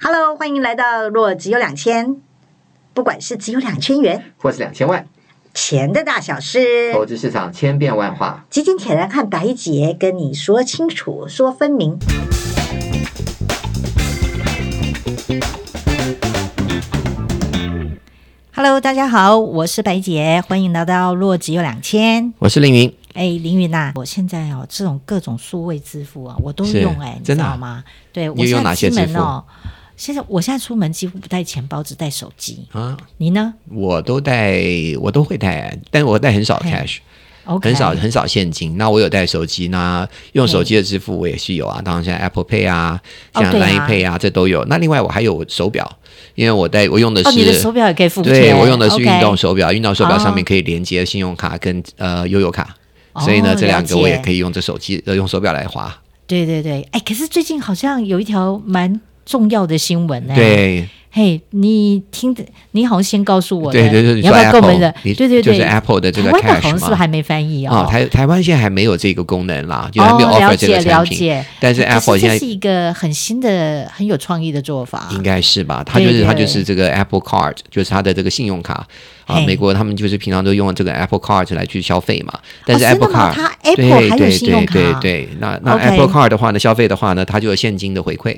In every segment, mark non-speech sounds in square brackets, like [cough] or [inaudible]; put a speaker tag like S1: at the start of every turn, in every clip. S1: Hello，欢迎来到若只有两千，不管是只有两千元，
S2: 或是两千万，
S1: 钱的大小事，
S2: 投资市场千变万化。
S1: 基金铁人和白姐跟你说清楚，说分明。Hello，大家好，我是白姐，欢迎来到若只有两千。
S2: 我是凌云，
S1: 哎，凌云呐、我现在哦，这种各种数位支付啊，我都
S2: 是
S1: 用哎、你知
S2: 真的啊
S1: 道吗？对我
S2: 你有
S1: 现
S2: 用
S1: 在
S2: 哪些
S1: 出门
S2: 支付
S1: 哦，现在我现在出门几乎不带钱包，只带手机。
S3: 啊，
S1: 你呢
S3: 我都带，我都会带，但我带很少
S1: 嘿
S3: cash，
S1: ？OK，
S3: 很少很少现金。那我有带手机，那用手机的支付我也是有啊，当然像 Apple Pay 啊，
S1: 哦
S3: 像
S1: 对啊
S3: Line Pay 啊，这都有。那另外我还有手表，因为我带我用的是、
S1: 哦，你的手表也可以付钱。
S3: 对我用的是
S1: OK
S3: 运动手表，运动手表上
S1: 哦
S3: 面可以连接信用卡跟呃悠游卡，
S1: 哦
S3: 所以呢这两个我也可
S1: 了解
S3: 以用这手机呃用手表来花。
S1: 对对对，哎，可是最近好像有一条蛮重要的新闻呢、，
S3: 对
S1: 嘿，你听的，你好像先告诉我的，
S3: 对对对，
S1: 你要不要跟我们
S3: Apple，
S1: 的？
S3: 你
S1: 对对对，
S3: 就是 Apple 的这个
S1: 台湾的好
S3: cash
S1: 像是不
S3: 嘛
S1: 是。还没翻译
S3: 啊、
S1: 哦？
S3: 台台湾现在还没有这个功能啦，就还
S1: 哦，
S3: 没有 offer
S1: 了
S3: 这
S1: 解
S3: 个
S1: 了
S3: 产品。
S1: 解，哎
S3: 但是
S1: 可
S3: Apple
S1: 这
S3: 现
S1: 是
S3: 在
S1: 一个很新的、很有创意的做法。
S3: 应该是吧？它就
S1: 对
S3: 是它
S1: 对
S3: 就是这个 Apple Card，就是它的这个信用卡啊
S1: 嘿。
S3: 美国他们就是平常都用这个 Apple Card 来去消费嘛。但是
S1: 哦真的
S3: Apple
S1: 吗
S3: Card，、
S1: 它
S3: 对
S1: Apple 还有
S3: 对
S1: 信用卡
S3: 对对对，那那
S1: OK
S3: Apple Card 的话呢，消费的话呢，它就有现金的回馈。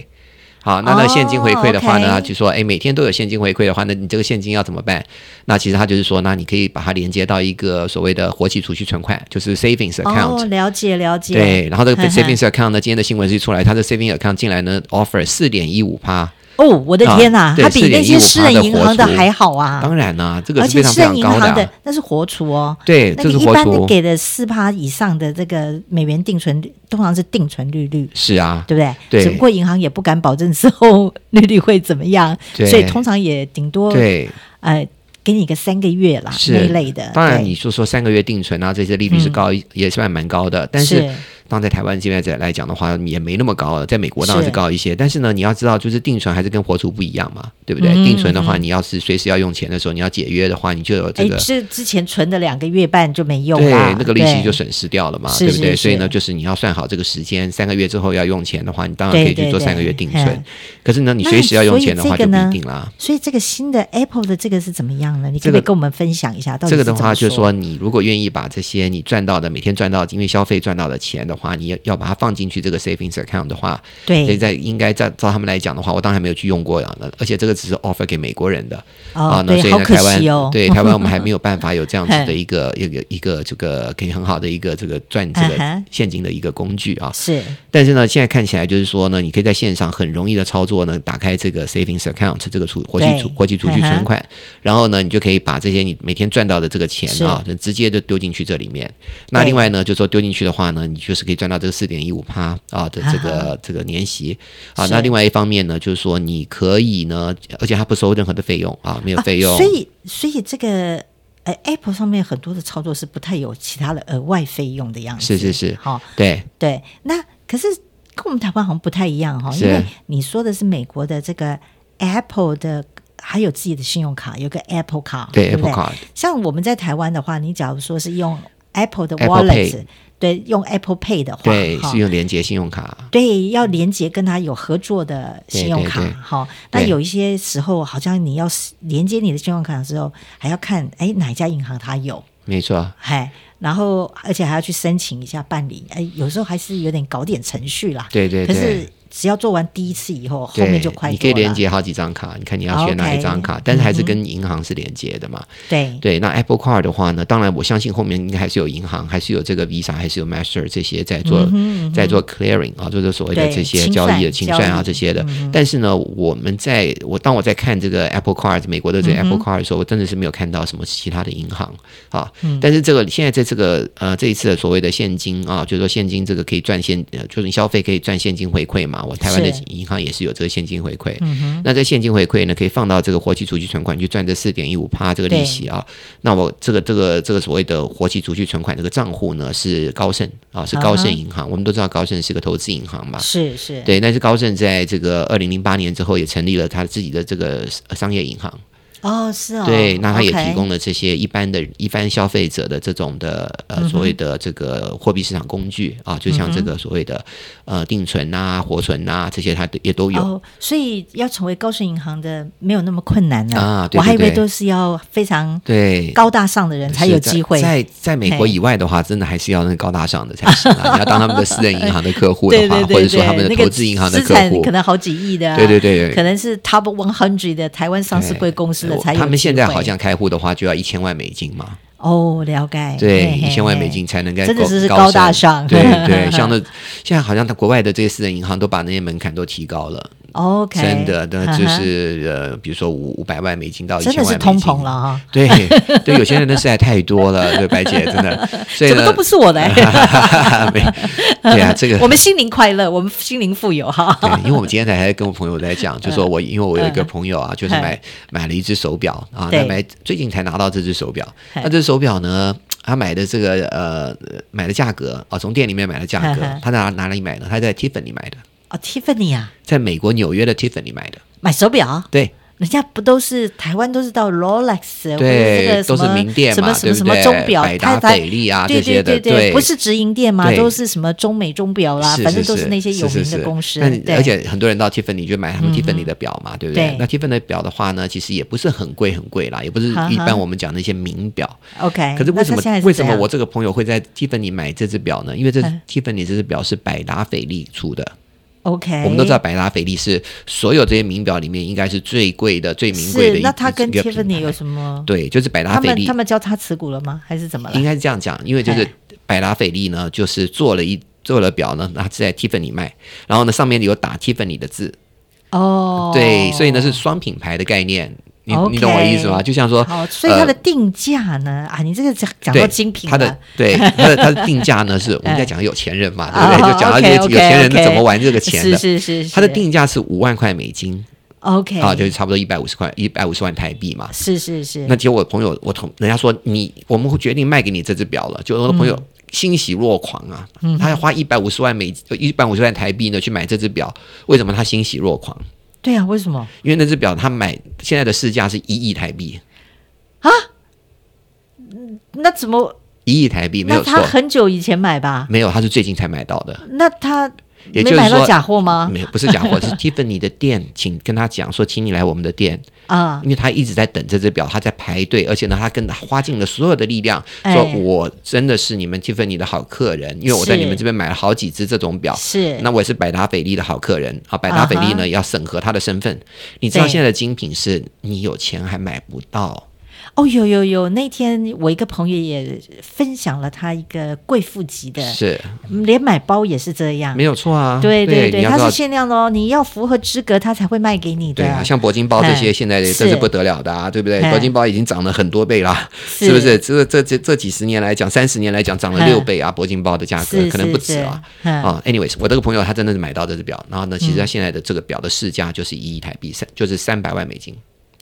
S3: 好，那
S1: 哦
S3: 那现金回馈的话呢，
S1: OK
S3: 就说哎，每天都有现金回馈的话，那你这个现金要怎么办？那其实它就是说，那你可以把它连接到一个所谓的活期储蓄存款，就是 savings account。
S1: 哦，了解了解，
S3: 对，然后这个
S1: 哼哼
S3: savings account 呢，今天的新闻是出来，它的 savings account 进来呢，offer 四点一五趴。
S1: 哦，我的天呐，
S3: 啊对
S1: 它比那些
S3: 4.15%
S1: 私人银行的
S3: 的活储
S1: 还好啊，
S3: 当然啦、这个
S1: 而
S3: 是
S1: 且
S3: 非常
S1: 私
S3: 非
S1: 人
S3: 常
S1: 银
S3: 高的
S1: 行
S3: 啊。
S1: 的那是活储哦，
S3: 对，
S1: 那
S3: 这
S1: 个
S3: 是
S1: 一
S3: 活
S1: 般
S3: 储。
S1: 给的四趴以上的这个美元定存率，通常是定存利率，
S3: 是啊，
S1: 对不对？
S3: 对
S1: 只不过银行也不敢保证之后 [laughs] 利率会怎么样，
S3: 对
S1: 所以通常也顶多
S3: 对，
S1: 呃给你个三个月啦
S3: 是
S1: 那一类的。
S3: 当然
S1: 呃对嗯
S3: 你就说三个月定存啊，这些利率是高，也算蛮高的。但是当在台湾这边在来讲的话，也没那么高了，在美国当然
S1: 是
S3: 是高一些。但是呢，你要知道，就是定存还是跟活储不一样嘛，对不对？
S1: 嗯
S3: 定存的话，你要是随时要用钱的时候，你要解约的话，你就有
S1: 哎
S3: 这，个。
S1: 这之前存的两个月半就没用
S3: 对
S1: 啦，，
S3: 那个利息
S1: 对
S3: 就损失掉了嘛，
S1: 是
S3: 对不对？
S1: 是
S3: 所以呢，
S1: 是
S3: 就是你要算好这个时间，三个月之后要用钱的话，你当然可
S1: 对
S3: 以
S1: 对
S3: 去做
S1: 对
S3: 三个月定存。
S1: 嗯
S3: 可是呢，你
S1: 那
S3: 随时要用钱的
S1: 所
S3: 话
S1: 以这
S3: 就
S1: 个
S3: 不
S1: 呢
S3: 一定啦。
S1: 所以这个新的 Apple 的这个是怎么样呢？你可
S3: 这
S1: 不可以
S3: 个
S1: 跟我们分享一下？到底
S3: 这个
S1: 是
S3: 的
S1: 怎
S3: 话，
S1: 么
S3: 就是说你如果愿意把这些你赚到的每天赚到的，因为消费赚到的钱的话，你要要把它放进去这个 savings account 的话，所以
S1: 对
S3: 在应该照照他们来讲的话，我当然还没有去用过呀，而且这个只是 offer 给美国人的啊，
S1: 哦，
S3: 那所
S1: 对，
S3: 以
S1: 好
S3: 呢，
S1: 可
S3: 台湾
S1: 惜哦，
S3: 对台湾我们
S1: [laughs]
S3: 还没有办法有这样子的一个一个一个这个可以很好的一个这个赚这
S1: 嗯
S3: 个
S1: 哼
S3: 现金的一个工具啊。
S1: 是
S3: 但是呢，现在看起来就是说呢，你可以在线上很容易的操作呢，打开这个 savings account 这个储活期
S1: 对
S3: 储
S1: 嗯
S3: 活期储蓄存款，然后呢，你就可以把这些你每天赚到的这个钱啊，就直接就丢进去这里面。那
S1: 对
S3: 另外呢，就说丢进去的话呢，你就是可以赚到这个四点一五趴啊的这
S1: 啊
S3: 个、这个年息啊。
S1: 是
S3: 那另外一方面呢，就是说你可以呢，而且它不收任何的费用啊，没有
S1: 啊
S3: 费用。
S1: 所以所以这个呃 Apple 上面很多的操作是不太有其他的额外费用的样子，
S3: 是是是
S1: 好、
S3: 对
S1: 对，那可是跟我们台湾好像不太一样哈、
S3: 是
S1: 因为你说的是美国的这个 Apple 的，还有自己的信用卡，有个 Apple 卡，
S3: 对
S1: 不对
S3: ，Apple Card
S1: 像我们在台湾的话，你假如说是用 Apple 的
S3: Apple
S1: Wallet，
S3: Pay
S1: 对，用 Apple Pay 的话，
S3: 对
S1: 哈
S3: 是用连接信用卡，
S1: 对，要连接跟他有合作的信用卡
S3: 对对对
S1: 哈、那
S3: 对
S1: 有一些时候，好像你要是连接你的信用卡的时候，还要看哎哪一家银行它有，
S3: 没错。
S1: 哎，然后而且还要去申请一下办理，哎，有时候还是有点搞点程序啦。
S3: 对对
S1: 可
S3: 对。
S1: 是只要做完第一次以后，后
S3: 对，
S1: 面就快
S3: 你可以
S1: 多了
S3: 连接好几张卡，你看你要选哪一张卡
S1: OK，
S3: 但是还是
S1: 嗯哼
S3: 跟银行是连接的嘛。
S1: 对
S3: 对，那 Apple Card 的话呢，当然我相信后面应该还是有银行，还是有这个 Visa，还是有 Master 这些在做、
S1: 嗯哼嗯哼
S3: 在做 clearing 啊，就是所谓的
S1: 对
S3: 这些
S1: 清
S3: 交易
S1: 算
S3: 的清
S1: 交
S3: 算啊
S1: 易嗯
S3: 这些的。但是呢，我们在我当我在看这个 Apple Card 美国的这
S1: 嗯
S3: 个 Apple Card 的时候，我真的是没有看到什么其他的银行啊。
S1: 嗯
S3: 但是这个现在在这个呃这一次的所谓的现金啊，就是说现金这个可以赚现，呃就是你消费可以赚现金回馈嘛。我台湾的
S1: 是嗯
S3: 银行也是有这个现金回馈。那这现金回馈呢，可以放到这个活期储蓄存款去赚这四点一五趴这个利息啊。那我这个这个这个所谓的活期储蓄存款这个账户呢，是高盛啊，是高
S1: 啊哈
S3: 盛银行。我们都知道高盛是个投资银行嘛，
S1: 是是，
S3: 对。但是高盛在这个二零零八年之后也成立了他自己的这个商业银行。
S1: 哦，是哦，
S3: 对，那它也
S1: OK
S3: 提供了这些一般的、一般消费者的这种的
S1: 嗯
S3: 呃所谓的这个货币市场工具啊，就像这个所谓的呃定存啊、活存啊这些，它都也都有。
S1: 哦，所以要成为高盛银行的没有那么困难呢、
S3: 啊对
S1: 我还以
S3: 对
S1: 为
S3: 对
S1: 都是要非常
S3: 对，
S1: 高大上的人才有
S3: 是在
S1: 机会。
S3: 在在美国以外的话，真的还是要那个高大上的才行啊！你要当他们的私人银行的客户的
S1: 对
S3: 话，
S1: 对对对，
S3: 或者说他们的
S1: 那个
S3: 投资银行的
S1: 资
S3: 客
S1: 产
S3: 户，
S1: 可能好几亿的啊、
S3: 对对对
S1: 可能是 Top One Hundred 的台湾上市贵公司的
S3: 对
S1: 才有机会。
S3: 他们现在好像开户的话，就要一千万美金嘛，
S1: 哦，了解，
S3: 对
S1: 嘿，
S3: 一千万美。
S1: 嘿嘿
S3: 金才能够
S1: 真的
S3: 够
S1: 是是
S3: 高
S1: 高大上 [laughs]
S3: 上，对对，像那现在好像他国外的这些私人银行都把那些门槛都提高了，
S1: OK，
S3: 真的，那
S1: 嗯
S3: 就
S1: 哼
S3: 是呃，比如说五五百万美金到一
S1: 真
S3: 千
S1: 的
S3: 万
S1: 是
S3: 美
S1: 通
S3: 金，
S1: 膨了哈、
S3: 对对，有些人的实在太多了，对白姐真
S1: [laughs]
S3: 的，所以
S1: 怎么
S3: 呢
S1: 都不是我的、
S3: [laughs] 没， [laughs] 对啊，这个
S1: [laughs] 我们心灵快乐，我们心灵富有嗯哈。
S3: 对，因为我们今天才还跟我朋友在讲，就说我因为我有一个朋友啊，就是买买了一只手表啊，
S1: 嗯对嗯
S3: 他买最近才拿到这只手表，
S1: 嘿
S3: 那这只手表呢？他买的这个呃，买的价格啊、从店里面买的价格
S1: 嗯哼，
S3: 他哪哪里买的？他在 Tiffany 买的，
S1: 哦，Tiffany 啊，
S3: 在美国纽约的 Tiffany 买的。
S1: 买手表，
S3: 对
S1: 人家不都是台湾都是到 Rolex，或者这
S3: 对
S1: 个，什
S3: 都是
S1: 么
S3: 名店
S1: 什
S3: 嘛，
S1: 么什么
S3: 对
S1: 什
S3: 不
S1: 么
S3: 对？
S1: 钟表，
S3: 百
S1: 它
S3: 达
S1: 它
S3: 翡丽啊
S1: 对
S3: 这
S1: 对
S3: 些
S1: 对
S3: 的，
S1: 对，不是直营店嘛，
S3: 对
S1: 都是什么中美钟表啦，
S3: 是
S1: 反正
S3: 是
S1: 都那些有
S3: 是
S1: 名
S3: 是
S1: 的
S3: 是
S1: 公司。
S3: 但
S1: 对
S3: 而且很多人到 Tiffany 就买他们
S1: 嗯哼
S3: Tiffany 的表嘛，对不对？
S1: 对
S3: 那 Tiffany 的表的话呢，其实也不是很贵很贵啦，也不是
S1: 哈哈
S3: 一般我们讲的一些名表。
S1: OK，
S3: 可是
S1: 那
S3: 为什
S1: 它
S3: 么
S1: 现在是
S3: 为什么
S1: 怎样
S3: 我这个朋友会在 Tiffany 买这只表呢？因为这
S1: 嗯
S3: Tiffany 这只表是百达翡丽出的。
S1: OK？
S3: 我们都知道百达翡丽是所有这些名表里面应该是最贵的、最名贵的
S1: 是
S3: 一。
S1: 那它跟
S3: 一个品牌
S1: Tiffany 有什么？
S3: 对，就是百达
S1: 他
S3: 翡
S1: 们
S3: 丽
S1: 他们交叉持股了吗？还是怎么了
S3: 应？该是这样讲，因
S1: 哎
S3: 为就是百达翡丽呢，就是做了一做了表呢，那是在 Tiffany 卖，然后呢上面有打 Tiffany 的字，
S1: 哦，
S3: 对，所以呢是双品牌的概念，你你懂我的意思吗？
S1: OK
S3: 就像说
S1: 好，所以它的
S3: 呃
S1: 定价呢？啊，你这个讲讲到
S3: 对
S1: 精品
S3: 它的
S1: 了。 [laughs] 哎
S3: 对它的它的定价呢是我们在讲有钱人嘛，对不对？
S1: 哦
S3: 就讲到这些有
S1: OK，OK，
S3: 钱人
S1: OK
S3: 怎么玩这个钱
S1: 是哎
S3: 的。
S1: 是是，
S3: 它的
S1: 是
S3: 定价是五万块美金
S1: OK
S3: 啊，就是差不多一百五十块，一百五十万台币嘛。
S1: 是是是，
S3: 那结果我朋友，我同人家说你，我们会决定卖给你这只表了。就我的朋友
S1: 嗯
S3: 欣喜若狂啊，他要花一百五十万美一百五十万台币呢去买这只表，为什么他欣喜若狂？
S1: 对啊，为什么
S3: 因为那只表他买现在的市价是一亿台币，
S1: 那怎么？
S3: 一亿台币没
S1: 那
S3: 有
S1: 他
S3: 错，
S1: 很久以前买吧？
S3: 没有，他是最近才买到的。
S1: 那他没
S3: 也就是
S1: 买到
S3: 说
S1: 假货吗？
S3: 没有，不是假货，是 Tiffany 的店，请跟他讲说，请你来我们的店，
S1: 啊，
S3: 因为他一直在等这只表，他在排队，而且呢，他跟他花尽了所有的力量，
S1: 哎
S3: 说我真的是你们 Tiffany 的好客人，因为我在
S1: 是
S3: 你们这边买了好几只这种表，
S1: 是
S3: 哦那我也是百达翡丽的好客人啊。百达翡丽
S1: 啊哈
S3: 呢要审核他的身份，你知道
S1: 对
S3: 现在的精品是你有钱还买不到，
S1: 哦，有有有，那天我一个朋友也分享了他一个贵妇级的，
S3: 是
S1: 连买包也是这样
S3: 没。有错啊。
S1: 对
S3: 对
S1: 对，
S3: 你要
S1: 它
S3: 知
S1: 是
S3: 道。
S1: 限量的哦，你要符合资格，他才会卖给你的。
S3: 对啊，像铂金包这些，
S1: 嗯
S3: 现在
S1: 是
S3: 真是不得了的啊，对不对？
S1: 嗯
S3: 铂金包已经涨了很多倍啦，是不是？这这这这几十年来讲，三十年来讲，涨
S1: 嗯
S3: 了六倍啊！铂金包的价格
S1: 是
S3: 可能不止
S1: 是
S3: 啊。
S1: 是嗯
S3: 啊，anyways，我这个朋友他真的是买到这只表，然后呢，其实他现在的这个表的市价就是一亿台币，三就是三百万美金。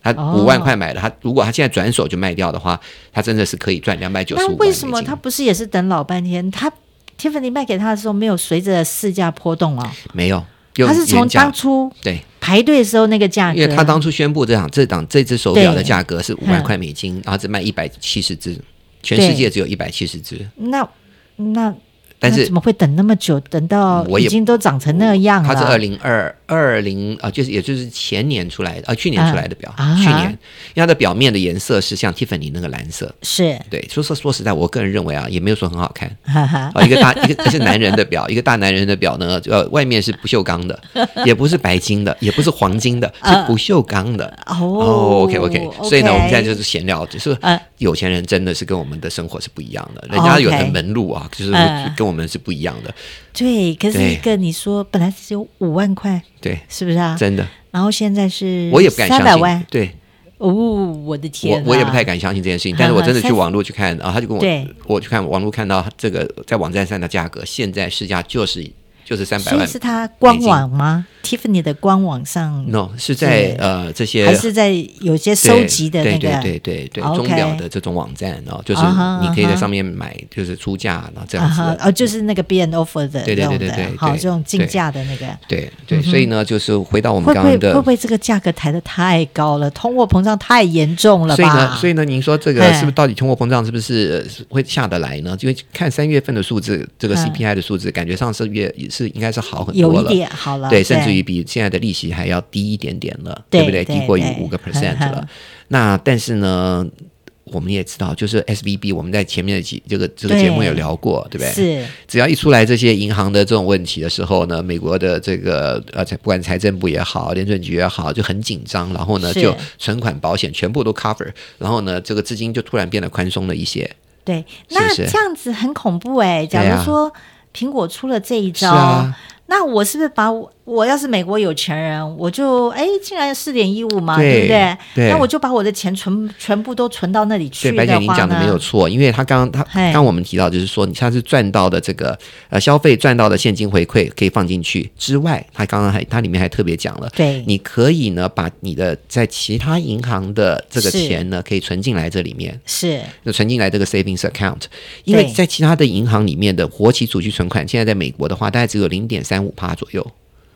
S3: 他
S1: 哦
S3: 五万块买的，他如果他现在转手就卖掉的话，他真的是可以赚两百九十
S1: 那
S3: 五万美金。
S1: 为什么他不是也是等老半天？他 Tiffany 卖给他的时候，没有随着市价波动啊、
S3: 没有？用
S1: 他是从
S3: 原价
S1: 当初
S3: 对，
S1: 排队的时候那个价格，
S3: 因为他当初宣布这档这档这只手表的
S1: 对嗯
S3: 价格是五万块美金，然后只卖一百七十只，全世界只有一百七十只。
S1: 那那
S3: 但
S1: 那
S3: 是嗯
S1: 怎么会等那么久？等到
S3: 我也
S1: 已经都长成那样了。
S3: 它是二零二二零啊，就是也就是前年出来的啊，去年出来的表，
S1: 啊
S3: 去
S1: 啊
S3: 年，因为它的表面的颜色是像 Tiffany 那个蓝色。
S1: 是，
S3: 对，说说说实在，我个人认为啊，也没有说很好看
S1: 哈哈，
S3: 啊。一个大一个是男人的表，一个大男人的表呢，呃，外面是不锈钢的，也不是白金的，也不是黄金的，是不锈钢的。
S1: 哦
S3: 哦、o k OK，所以呢，我们现在就是是闲聊，就是
S1: 嗯
S3: 有钱人真的是跟我们的生活是不一样的，
S1: 哦
S3: 人家有
S1: OK
S3: 的门路啊，就是
S1: 嗯
S3: 跟我们是不一样的，
S1: 对。可是一个你说本来只有五万块，
S3: 对，
S1: 是不是啊？
S3: 真的，
S1: 然后现在是
S3: 我也不敢
S1: 三百
S3: 相
S1: 万
S3: 信，，对
S1: 哦，我的天、
S3: 我
S1: 啊，
S3: 我也不太敢相信这件事情，
S1: 嗯
S3: 但是
S1: [laughs]
S3: 我真的
S1: 嗯
S3: 去网络去看啊，他就跟
S1: 对
S3: 我我去看网络看到这个在网站上的价格，现在市价就是就是三百
S1: 所以
S3: 万。
S1: 是它官网吗？Tiffany 的官网上
S3: no，是在
S1: 是
S3: 呃这些
S1: 还是在有些收集的那
S3: 对
S1: 个
S3: 对对对对对
S1: OK
S3: 钟表的这种网站哦，就是
S1: 啊哈
S3: 你可以在
S1: 啊哈
S3: 上面买，就是出价然后这
S1: 啊
S3: 样子
S1: 哈
S3: 的。，
S1: 哦，就是那个 B and offer 的
S3: 对对
S1: 那
S3: 对
S1: 种的
S3: 对对
S1: 好
S3: 对
S1: 这种竞
S3: 对
S1: 价的那个。
S3: 对对，所以呢，就是回到我们
S1: 会不嗯
S3: 刚
S1: 会
S3: 刚
S1: 会不
S3: 的，
S1: 会这个价格抬得太高了？通货膨胀太严重了吧？
S3: 所以呢，所以呢，您说这个
S1: 哎
S3: 是不是到底通货膨胀是不是呃会下得来呢？因为看三月份的数字，这个
S1: 嗯
S3: CPI 的数字，感觉上是月是应该是好很
S1: 有
S3: 多
S1: 一
S3: 了。
S1: 点好了，
S3: 对，甚至于比现在的利息还要低一点点了，
S1: 对
S3: 不对？
S1: 对
S3: 低过于
S1: 对
S3: 五个
S1: 哼
S3: percent
S1: 哼
S3: 了。那但是呢，我们也知道，就是 S V B，我们在前面的几这个这个
S1: 对
S3: 节目有聊过，对不对？
S1: 是
S3: 只要一出来这些银行的这种问题的时候呢，美国的这个呃，不管财政部也好，联准局也好，就很紧张，然后呢，
S1: 是
S3: 就存款保险全部都 cover，然后呢，这个资金就突然变得宽松了一些。
S1: 对。
S3: 是不
S1: 那
S3: 是
S1: 这样子很恐怖哎、假
S3: 对
S1: 如
S3: 啊
S1: 说苹果出了这一
S3: 是
S1: 招，
S3: 啊，
S1: 那我是不是把我我要是美国有钱人，我就哎，竟然四点一五嘛，
S3: 对
S1: 不对？
S3: 对
S1: 那我就把我的钱存全部都存到那里去
S3: 对，
S1: 的
S3: 白
S1: 话
S3: 姐
S1: 呢？
S3: 您讲的没有错，因为他刚刚他
S1: 嘿
S3: 刚我们提到，就是说你下次赚到的这个呃消费赚到的现金回馈可以放进去之外，他刚刚还他里面还特别讲了。
S1: 对，
S3: 你可以呢，把你的在其他银行的这个
S1: 是
S3: 钱呢，可以存进来这里面，
S1: 是
S3: 就存进来这个 savings account。因为
S1: 对
S3: 在其他的银行里面的活期储蓄存款，现在在美国的话，大概只有零点三五趴左右。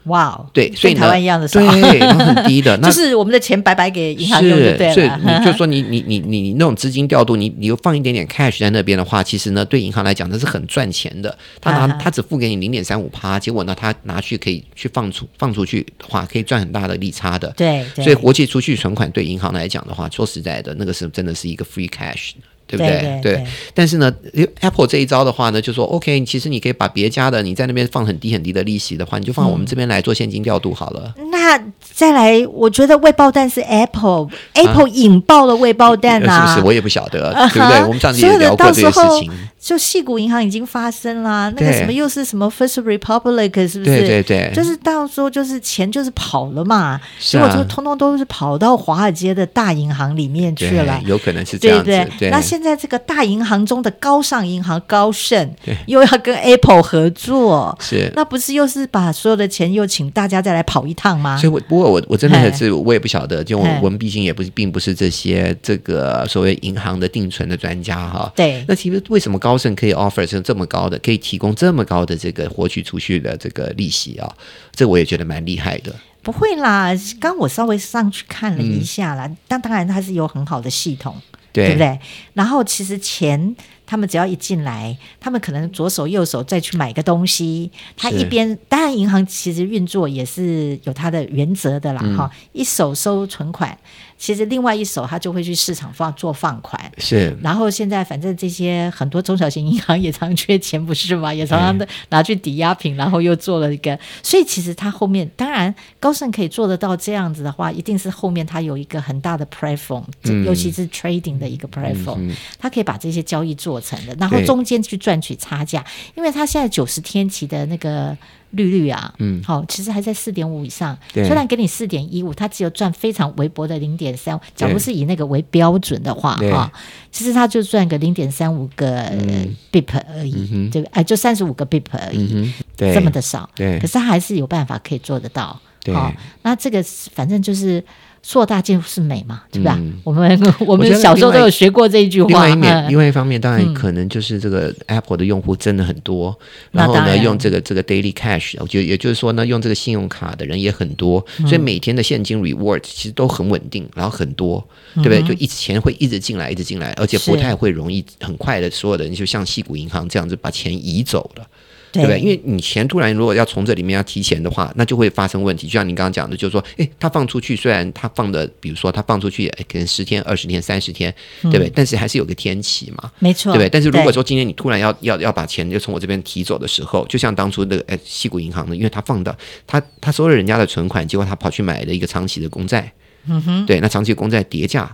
S1: 哇哦，
S3: 对，所以
S1: 跟
S3: 呢，
S1: 台湾一样的少，
S3: 对，然后很
S1: [laughs]
S3: 低的。那
S1: 就是我们的钱白白给银行
S3: 是
S1: 用就对
S3: 是
S1: 了，，
S3: 你就说你你你你你那种资金调度，你你又放一点点 cash 在那边的话，其实呢，对银行来讲这是很赚钱的。他拿、
S1: 啊哈
S3: 他只付给你零点三五趴，结果呢，他拿去可以去放出放出去的话，可以赚很大的利差的。
S1: 对对，
S3: 所以活期储蓄存款对银行来讲的话，说实在的，那个是真的是一个 free cash。对不
S1: 对对对
S3: 但是呢诶，Apple 这一招的话呢，就说 OK，其实你可以把别家的你在那边放很低很低的利息的话，你就放我
S1: 嗯
S3: 们这边来做现金调度好了。
S1: 那再来，我觉得未爆弹是 Apple，Apple、引爆了未爆弹
S3: 啊呃
S1: 啊，
S3: 是不是？我也不晓得，
S1: 啊哈
S3: 对不对？我们上次也聊过这个事情。
S1: 就细谷银行已经发生啦，那个
S3: 对
S1: 什么又是什么 First Republic 是不是？
S3: 对对对，
S1: 就是到时候就是钱就是跑了嘛，
S3: 是
S1: 结果
S3: 啊
S1: 就通通都是跑到华尔街的大银行里面去
S3: 对
S1: 了。
S3: 有可能是这
S1: 对
S3: 样
S1: 不
S3: 子。
S1: 对？
S3: 对
S1: 那现在这个大银行中的高尚银行高盛又要跟 Apple 合作，
S3: 是。
S1: 那不是又是把所有的钱又请大家再来跑一趟吗
S3: 所？以我，不过我我真的
S1: 嘿
S3: 是我也不晓得，就
S1: 嘿
S3: 我们毕竟也不是并不是这些这个所谓银行的定存的专家哈。
S1: 对，
S3: 那其实为什么高盛可以 offer 是这么高的，可以提供这么高的这个获取储蓄的这个利息啊？这我也觉得蛮厉害的。
S1: 不会啦，
S3: 嗯
S1: 刚我稍微上去看了一下啦，但当然它是有很好的系统，
S3: 对
S1: 不对？然后其实钱，他们只要一进来，他们可能左手右手再去买个东西，他
S3: 是
S1: 一边当然银行其实运作也是有它的原则的啦，
S3: 嗯
S1: 哈、一手收存款，其实另外一手他就会去市场放做放款，
S3: 是
S1: 然后现在反正这些很多中小型银行也常缺钱，不是
S3: 嗯
S1: 吗？也常常的拿去抵押品，然后又做了一个。所以其实它后面，当然高盛可以做得到这样子的话，一定是后面它有一个很大的 platform，、尤
S3: 嗯
S1: 其是 trading 的一个 platform，、它可以把这些交易做成的，然后
S3: 对
S1: 中间去赚取差价，因为它现在九十天期的那个。利率啊，嗯，好、其实还在四点五以上，
S3: 对
S1: 虽然给你四点一五，它只有赚非常微薄的零点三。假如
S3: 对
S1: 是以那个为标准的话，
S3: 对
S1: 哈、其实它就赚个零点三五个
S3: 嗯
S1: 呃 bip 而已，对不？哎，就三十五个 bip 而已，
S3: 对
S1: 这么的少。
S3: 嗯对
S1: 可是它还是有办法可以做得到。
S3: 对
S1: 好那这个是反正就是硕大就是美嘛，对吧？
S3: 嗯
S1: 我
S3: [laughs]
S1: 们我
S3: 我觉
S1: 们
S3: 得
S1: 小时候
S3: 另外
S1: 都有学过这一句
S3: 另
S1: 话。
S3: 外一面，
S1: 嗯
S3: 另外一方面，当然可能就是这个 Apple 的用户真的很多，
S1: 那
S3: 然后
S1: 当
S3: 呢，
S1: 然
S3: 用这个这个 Daily Cash，我觉得也就是说呢，用这个信用卡的人也很多，
S1: 嗯
S3: 所以每天的现金 reward 其实都很稳定，然后很多，对不对？就一直钱会一直进来，一直进来，而且不
S1: 嗯是
S3: 太会容易很快的，所有的人就像细谷银行这样子把钱移走了。
S1: 对
S3: 对不对？因为你钱突然如果要从这里面要提钱的话，那就会发生问题。就像你刚刚讲的，就是说，诶，他放出去，虽然他放的，比如说他放出去，诶可能十天、二十天、三十天，对不对？但是还是有个天期嘛，
S1: 没错，
S3: 对嗯不对？但是如果说今天你突然要要要把钱就从我这边提走的时候，就像当初那个诶西谷银行的，因为他放到他他收了人家的存款，结果他跑去买了一个长期的公债，嗯哼，对，嗯那长期的公债叠价，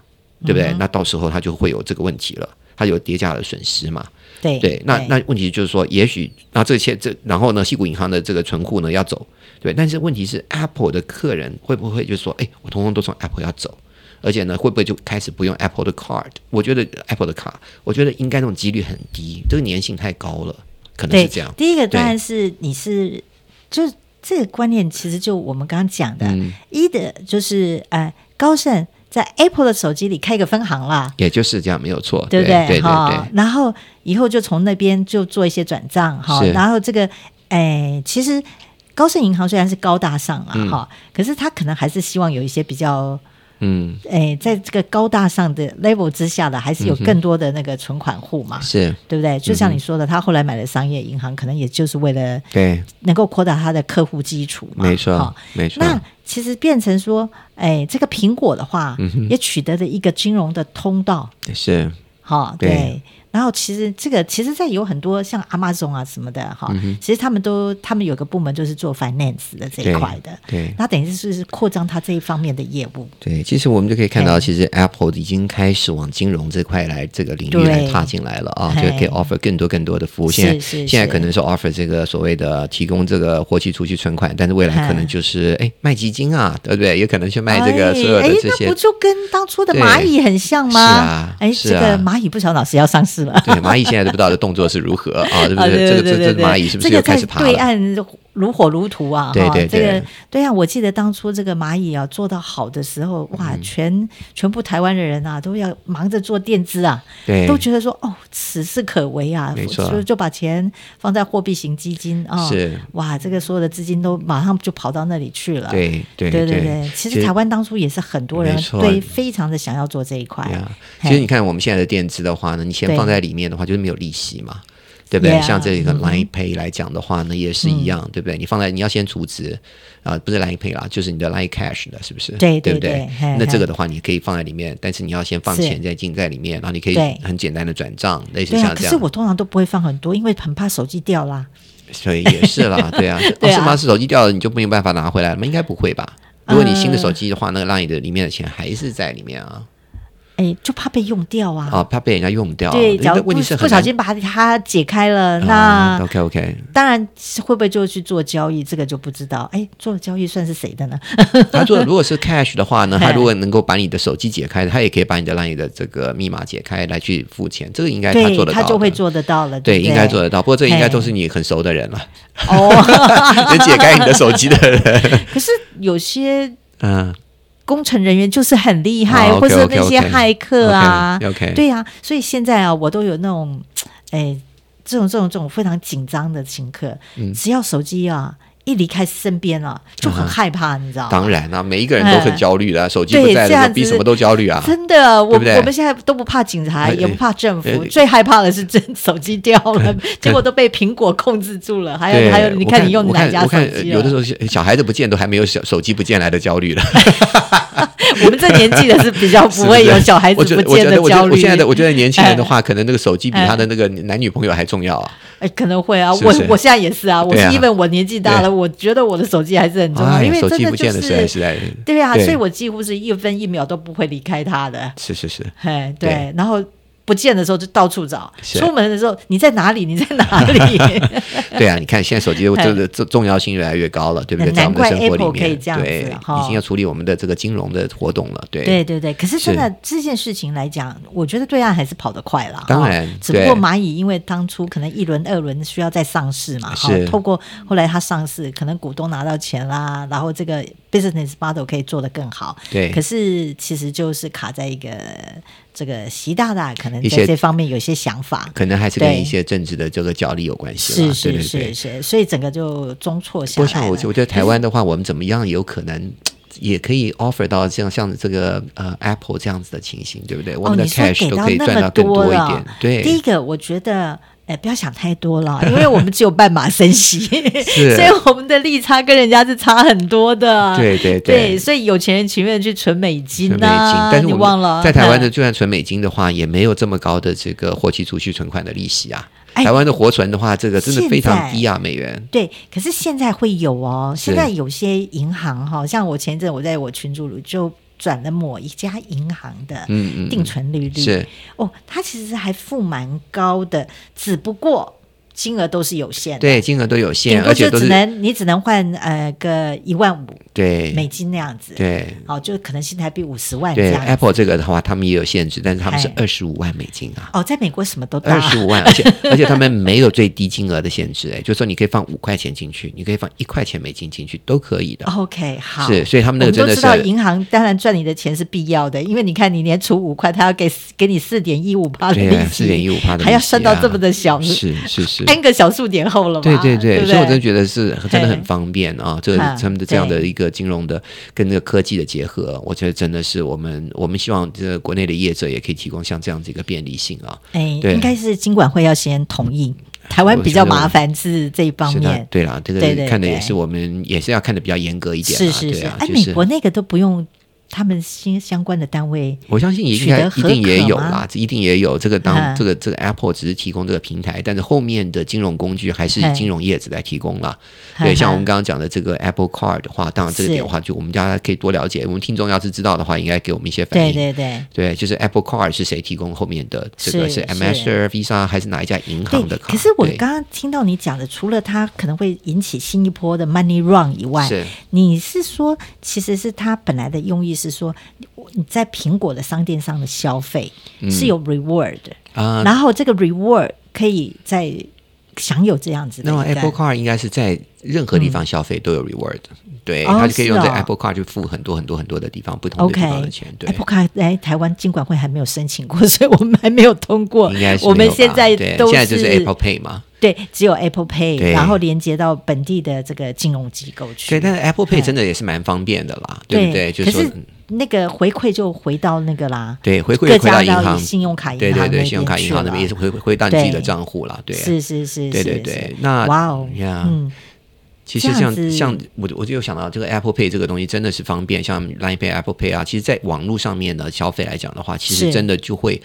S3: 对不对？那到时候他就会有这个问题了，他有叠价的损失嘛。
S1: 对
S3: 对，那那问题就是说，也许那这些这，然后呢，西谷银行的这个存户呢要走，对，但是问题是 Apple 的客人会不会就说，哎，我通通都从 Apple 要走，而且呢，会不会就开始不用 Apple 的 Card？我觉得 Apple 的卡，我觉得应该那种几率很低，这个粘性太高了，可能
S1: 对
S3: 是这样。
S1: 第一个
S3: 对
S1: 当然是你是就是这个观念，其实就我们刚刚讲的，
S3: 嗯，
S1: 一的就是呃，高盛在 Apple 的手机里开个分行啦，
S3: 也就是这样，没有错，
S1: 对不
S3: 对？对
S1: 哈、
S3: 对
S1: 然后以后就从那边就做一些转账哈、
S3: 是
S1: 然后这个哎，其实高盛银行虽然是高大上啊哈、可是他可能还是希望有一些比较。
S3: 嗯，
S1: 哎，在这个高大上的 level 之下的，还是有
S3: 嗯哼
S1: 更多的那个存款户嘛，
S3: 是嗯
S1: 对不对？就像你说的，他后来买了商业银行，可能也就是为了
S3: 对，
S1: 能够扩大他的客户基础嘛。哈
S3: 没错，没错，
S1: 那其实变成说，哎，这个苹果的话，
S3: 嗯
S1: 也取得了一个金融的通道，
S3: 是
S1: 哈，
S3: 对
S1: 然后其实这个其实，在有很多像 Amazon 啊什么的哈，
S3: 嗯
S1: 其实他们都他们有个部门就是做 finance 的这一
S3: 对
S1: 块的，
S3: 对。
S1: 那等于是是扩张它这一方面的业务。
S3: 对，其实我们就可以看到，
S1: 对
S3: 其实 Apple 已经开始往金融这块来这个领域
S1: 对
S3: 来踏进来了啊，就
S1: 嘿
S3: 可以 offer 更多更多的服务。
S1: 是
S3: 现在
S1: 是
S3: 现在
S1: 是
S3: 可能是 offer 这个所谓的提供这个活期储蓄存款，但是未来可能
S1: 嘿
S3: 就是哎卖基金啊，对不对？也可能去卖这个所有
S1: 哎
S3: 的
S1: 哎
S3: 这些
S1: 那不就跟当初的蚂蚁很像吗？
S3: 是啊
S1: 哎，
S3: 是
S1: 这个
S3: 啊
S1: 蚂蚁不晓得老师要上市了。
S3: 对，蚂蚁现在都不知道的动作是如何啊，对不
S1: [laughs] 啊，对
S3: 这
S1: 对
S3: 个
S1: 对
S3: 这
S1: 对
S3: 这
S1: 对，
S3: 蚂蚁是不是
S1: 这
S3: 又
S1: 个在
S3: 开始爬
S1: 对
S3: 了？
S1: 岸如火如荼啊！
S3: 对对
S1: 哈这
S3: 对
S1: 个对啊，我记得当初这个蚂蚁啊做到好的时候，哇，
S3: 嗯
S1: 全全部台湾的人啊都要忙着做垫资啊，
S3: 对，
S1: 都觉得说哦，此事可为啊，
S3: 没错
S1: 所以就把钱放在货币型基金啊，
S3: 是
S1: 哇，这个所有的资金都马上就跑到那里去了。
S3: 对对
S1: 对
S3: 对
S1: 对，其实台湾当初也是很多人
S3: 没错
S1: 对非常的想要做这一块
S3: 对啊，，
S1: 嘿
S3: 其实你看我们现在的电子的话呢，你钱
S1: 对
S3: 放在里面的话，就是没有利息嘛。对不对
S1: Yeah，嗯
S3: 像这个 Line Pay 来讲的话呢，也是一样，对不对？你放在你要先储值啊、不是 Line Pay 啦，就是你的 Line Cash 的，是不是？
S1: 对
S3: 对不
S1: 对
S3: 对
S1: 对嘿
S3: 那这
S1: 嘿
S3: 个的话，你可以放在里面，但是你要先放
S1: 是
S3: 钱再进在里面，然后你可以
S1: 对
S3: 很简单的转账，类似
S1: 对啊，
S3: 像
S1: 可
S3: 这
S1: 是
S3: 样，
S1: 我通常都不会放很多，因为很怕手机掉啦。
S3: 所以也是
S1: [laughs]
S3: 啦，对啊。
S1: 对
S3: 哦，是
S1: 啊
S3: 吗？是手机掉了你就没有办法拿回来了吗？应该不会吧？如果你新的
S1: 呃
S3: 手机的话，那个 Line 的里面的钱还是在里面啊，
S1: 哎，就怕被用掉啊。
S3: 啊，怕被人家用掉。
S1: 对，
S3: 那
S1: 假如不
S3: 问题是
S1: 不
S3: 很
S1: 小
S3: 难啊
S1: 心把它解开了，那、
S3: OK OK，
S1: 当然是会不会就去做交易，这个就不知道。哎，做交易算是谁的呢？
S3: 他做如果是 cash
S1: [laughs]
S3: 的话呢，
S1: 嘿
S3: 他如果能够把你的手机解开，他也可以把你的 LINE 的这个密码解开来去付钱，这个应哎该他
S1: 对
S3: 做，得到
S1: 他
S3: 的
S1: 就会。做得到了。
S3: 对，
S1: 不
S3: 应该做得到。不过这应该
S1: 嘿
S3: 都是你很熟的人了，
S1: 哦。 [laughs]
S3: [laughs] 能解开你的手机的人。
S1: 可是有些
S3: 嗯，
S1: 工程人员就是很厉害，
S3: 哦
S1: 或是
S3: ，OK，OK，OK
S1: 那些骇客啊
S3: OK，OK
S1: 对啊。所以现在啊，我都有那种，哎，这种这种这种非常紧张的请客，
S3: 嗯
S1: 只要手机啊一离开身边啊，就很害怕，你知道吗？
S3: 当然啦、每一个人都很
S1: 嗯
S3: 焦虑的、啊手机
S1: 对
S3: 不在的时
S1: 这
S3: 候
S1: 样
S3: 比
S1: 子
S3: 什么都焦虑啊。
S1: 真的，我
S3: 对不对
S1: 我们现在都不怕警察，
S3: 哎
S1: 也不怕政府，
S3: 哎
S1: 最害怕的是真手机掉了， [laughs] 结果都被苹果控制住了。哎还有还有，你
S3: 我
S1: 看你用
S3: 我
S1: 哪
S3: 看
S1: 家
S3: 我看呃
S1: 手机
S3: 有的时
S1: 了？
S3: 候小小孩子不见都还没有小手机不见来的焦虑了。
S1: [laughs] 我们这年纪的是比较不
S3: [laughs]
S1: 会有小孩子
S3: 我觉
S1: 不
S3: 得，我觉
S1: 见
S3: 得，我觉
S1: 焦
S3: 得，我
S1: 虑。
S3: 现在的，我觉得年轻人的话，可能那个手机比他的那个男女朋友还重要啊。
S1: 哎，可能会啊，
S3: 是不是
S1: 我我现在也是啊，我是
S3: 对啊
S1: even 我年纪大了，我觉得我的手机还是很重要，
S3: 哎
S1: 因为
S3: 手
S1: 真
S3: 机
S1: 的
S3: 不见
S1: 就
S3: 的实在实
S1: 是。
S3: 在
S1: 对啊，
S3: 对
S1: 所以我几乎是一分一秒都不会离开它的。
S3: [laughs] 是
S1: [laughs]
S3: 是是，
S1: 嘿，对，
S3: 对
S1: 然后不见的时候就到处找，
S3: 是
S1: 出门的时候你在哪里？你在哪里？
S3: 对啊，你看现在手机
S1: [laughs] 哎
S3: 这个重重要性越来越高了，对不对？在我
S1: 难
S3: 们的
S1: 怪
S3: 生活里
S1: Apple 可以
S3: 面，
S1: 这样子
S3: 对，
S1: 哈
S3: 已经要处理我们的这个金融的活动了，对。
S1: 对对对，可是真
S3: 是
S1: 的这件事情来讲，我觉得对岸还是跑得快了。
S3: 当
S1: 哈
S3: 然
S1: 只不
S3: 对
S1: 过蚂蚁因为当初可能一轮、二轮需要再上市嘛，哈
S3: 是，
S1: 透过后来它上市，可能股东拿到钱啦，然后这个 business model 可以做得更好。
S3: 对
S1: 可是其实就是卡在一个这个习大大可能
S3: 一
S1: 在
S3: 些
S1: 这方面有些想法。
S3: 可能还是跟
S1: 对
S3: 一些政治的这个角力有关系
S1: 是
S3: 了，对
S1: 是
S3: 对
S1: 是
S3: 对。
S1: 是，所以整个就中错
S3: 不
S1: 下
S3: 过
S1: 来
S3: 像
S1: 了。
S3: 我，我觉得台湾的话，我们怎么样有可能也可以 offer 到像像这个呃 Apple 这样子的情形，对不对？我
S1: 哦，
S3: 们的
S1: 你说
S3: cash
S1: 给
S3: 都
S1: 到
S3: 可以
S1: 那
S3: 赚
S1: 么
S3: 到更多一
S1: 了
S3: 点，对。
S1: 第一个，我觉得。哎，不要想太多了， [laughs] 因为我们只有半马升息，[laughs]
S3: 是
S1: 所以我们的利差跟人家是差很多的。
S3: 对对
S1: 对，所以有钱人情愿去存美金
S3: 存美金
S1: 呐、，
S3: 但是
S1: 你
S3: 我
S1: 忘了
S3: 们在台湾的
S1: 嗯
S3: 就算存美金的话，也没有这么高的这个活期储蓄存款的利息啊。
S1: 哎
S3: 台湾的活存的话，这个真的非
S1: 现
S3: 常
S1: 在
S3: 低啊，美元。
S1: 对，可是现在会有哦，
S3: 是
S1: 现在有些银行哈、像我前一阵我在我群组里就转了某一家银行的
S3: 嗯嗯嗯
S1: 定存利率，
S3: 是
S1: 哦，它其实还付蛮高的，只不过金额都是有限的，
S3: 对，金额都有限，
S1: 顶
S3: 而
S1: 多
S3: 且
S1: 就
S3: 都
S1: 只
S3: 是
S1: 能你只能换呃个一万五美
S3: 对
S1: 金那样子，
S3: 对
S1: 好，就可能新台币五十万这
S3: 对哎
S1: 样子。
S3: Apple 这个的话，他们也有限制，但是他们是
S1: 哎
S3: 二十五万美金啊。
S1: 哦，在美国什么都大
S3: 二，十五万，而且而且他们没有最低金额的限制，哎，就是说你可以放五块钱进去，你可以放一块钱美金进去，都可以的。
S1: OK，好，哦
S3: 是所以他们那个
S1: 我
S3: 真
S1: 都
S3: 的是
S1: 知道，银行当然赚你的钱是必要的，因为你看你连除五块，他要给给你四点一五趴的
S3: 对
S1: 利
S3: 啊，四点
S1: 息，
S3: 一五趴的利息啊，
S1: 还要算到这么的小，
S3: 是是是，
S1: n 个小数点后了嘛？
S3: 对对
S1: 对不
S3: 所以我真的觉得是真的很方便啊，这个
S1: 啊
S3: 他们的这样的
S1: 对
S3: 一个金融的跟这个科技的结合，我觉得真的是我们我们希望这个国内的业者也可以提供像这样子一个便利性啊，
S1: 哎，
S3: 对
S1: 应该是金管会要先同意。台湾比较麻烦是这一方
S3: 是那
S1: 面，
S3: 对啦，这
S1: 对对
S3: 个看的也
S1: 对
S3: 是我们也是要看的比较严格一点
S1: 是
S3: 啦，
S1: 是
S3: 对
S1: 是。
S3: 啊，
S1: 哎，
S3: 就
S1: 美
S3: 是
S1: 国那个都不用他们新相关的单位，
S3: 我相信也应
S1: 取
S3: 该
S1: 得
S3: 一
S1: 合
S3: 定也
S1: 可
S3: 有
S1: 吗
S3: 啦，这一定也有这个
S1: 嗯
S3: 当这个这个 Apple 只是提供这个平台，但是后面的金融工具还是
S1: 嗯
S3: 金融业者来提供啦。
S1: 哈哈
S3: 对，像我们刚刚讲的这个 Apple Card 的话，当然这个
S1: 是
S3: 点的话，就我们大家可以多了解。我们听众要是知道的话，应该给我们一些反
S1: 对
S3: 应。
S1: 对对
S3: 对就是 Apple Card 是谁提供后面的？这个
S1: 是
S3: 是 Master、Visa 还是哪一家银行的
S1: 对。
S3: 卡？
S1: 可是我
S3: 对
S1: 刚刚听到你讲的，除了它可能会引起新一波的 money run 以外，
S3: 是
S1: 你是说其实是它本来的用意是说你在苹果的商店上的消费
S3: 嗯
S1: 是有 reward 的。
S3: 啊、
S1: 然后这个 reward 可以在享有这样子的
S3: 那
S1: 一
S3: 么
S1: 个。
S3: Apple Card 应该是在任何地方消费都有 reward，、对，
S1: 哦
S3: 它就可以用
S1: 是
S3: 这
S1: 哦
S3: Apple Card 去付很多很多很多的地方不同的
S1: OK，
S3: 地方的钱对。
S1: Apple Card 来台湾金管会还没有申请过，所以我们还没有通过。
S3: 应该是
S1: 我们
S3: 没有吧
S1: 现在
S3: 对
S1: 都
S3: 现在就是 Apple Pay 嘛，
S1: 对，只有 Apple Pay，
S3: 对
S1: 然后连接到本地的这个金融机构去。
S3: 对，但是 Apple
S1: 对
S3: Pay 真的也是蛮方便的啦，对不对？就
S1: 嗯
S3: 是
S1: 可
S3: 说嗯
S1: 是，那个回馈就回到那个啦，
S3: 对，回馈
S1: 各
S3: 也回
S1: 家
S3: 银行，
S1: 信用卡银行
S3: 对对
S1: 那边
S3: 对，信用卡银行那边也
S1: 去
S3: 是
S1: 了
S3: 回回到你自己的
S1: 对
S3: 账户啦，对，啊
S1: 是是是，
S3: 对对
S1: 是
S3: 对
S1: 是。
S3: 那
S1: 哇哦，
S3: 呀
S1: 嗯，
S3: 其实
S1: 这样
S3: 像
S1: 子
S3: 像我我就有想到这个 Apple Pay 这个东西真的是方便，像 Line Pay、Apple Pay 啊，其实在网络上面的消费来讲的话，其
S1: 是
S3: 实真的就会。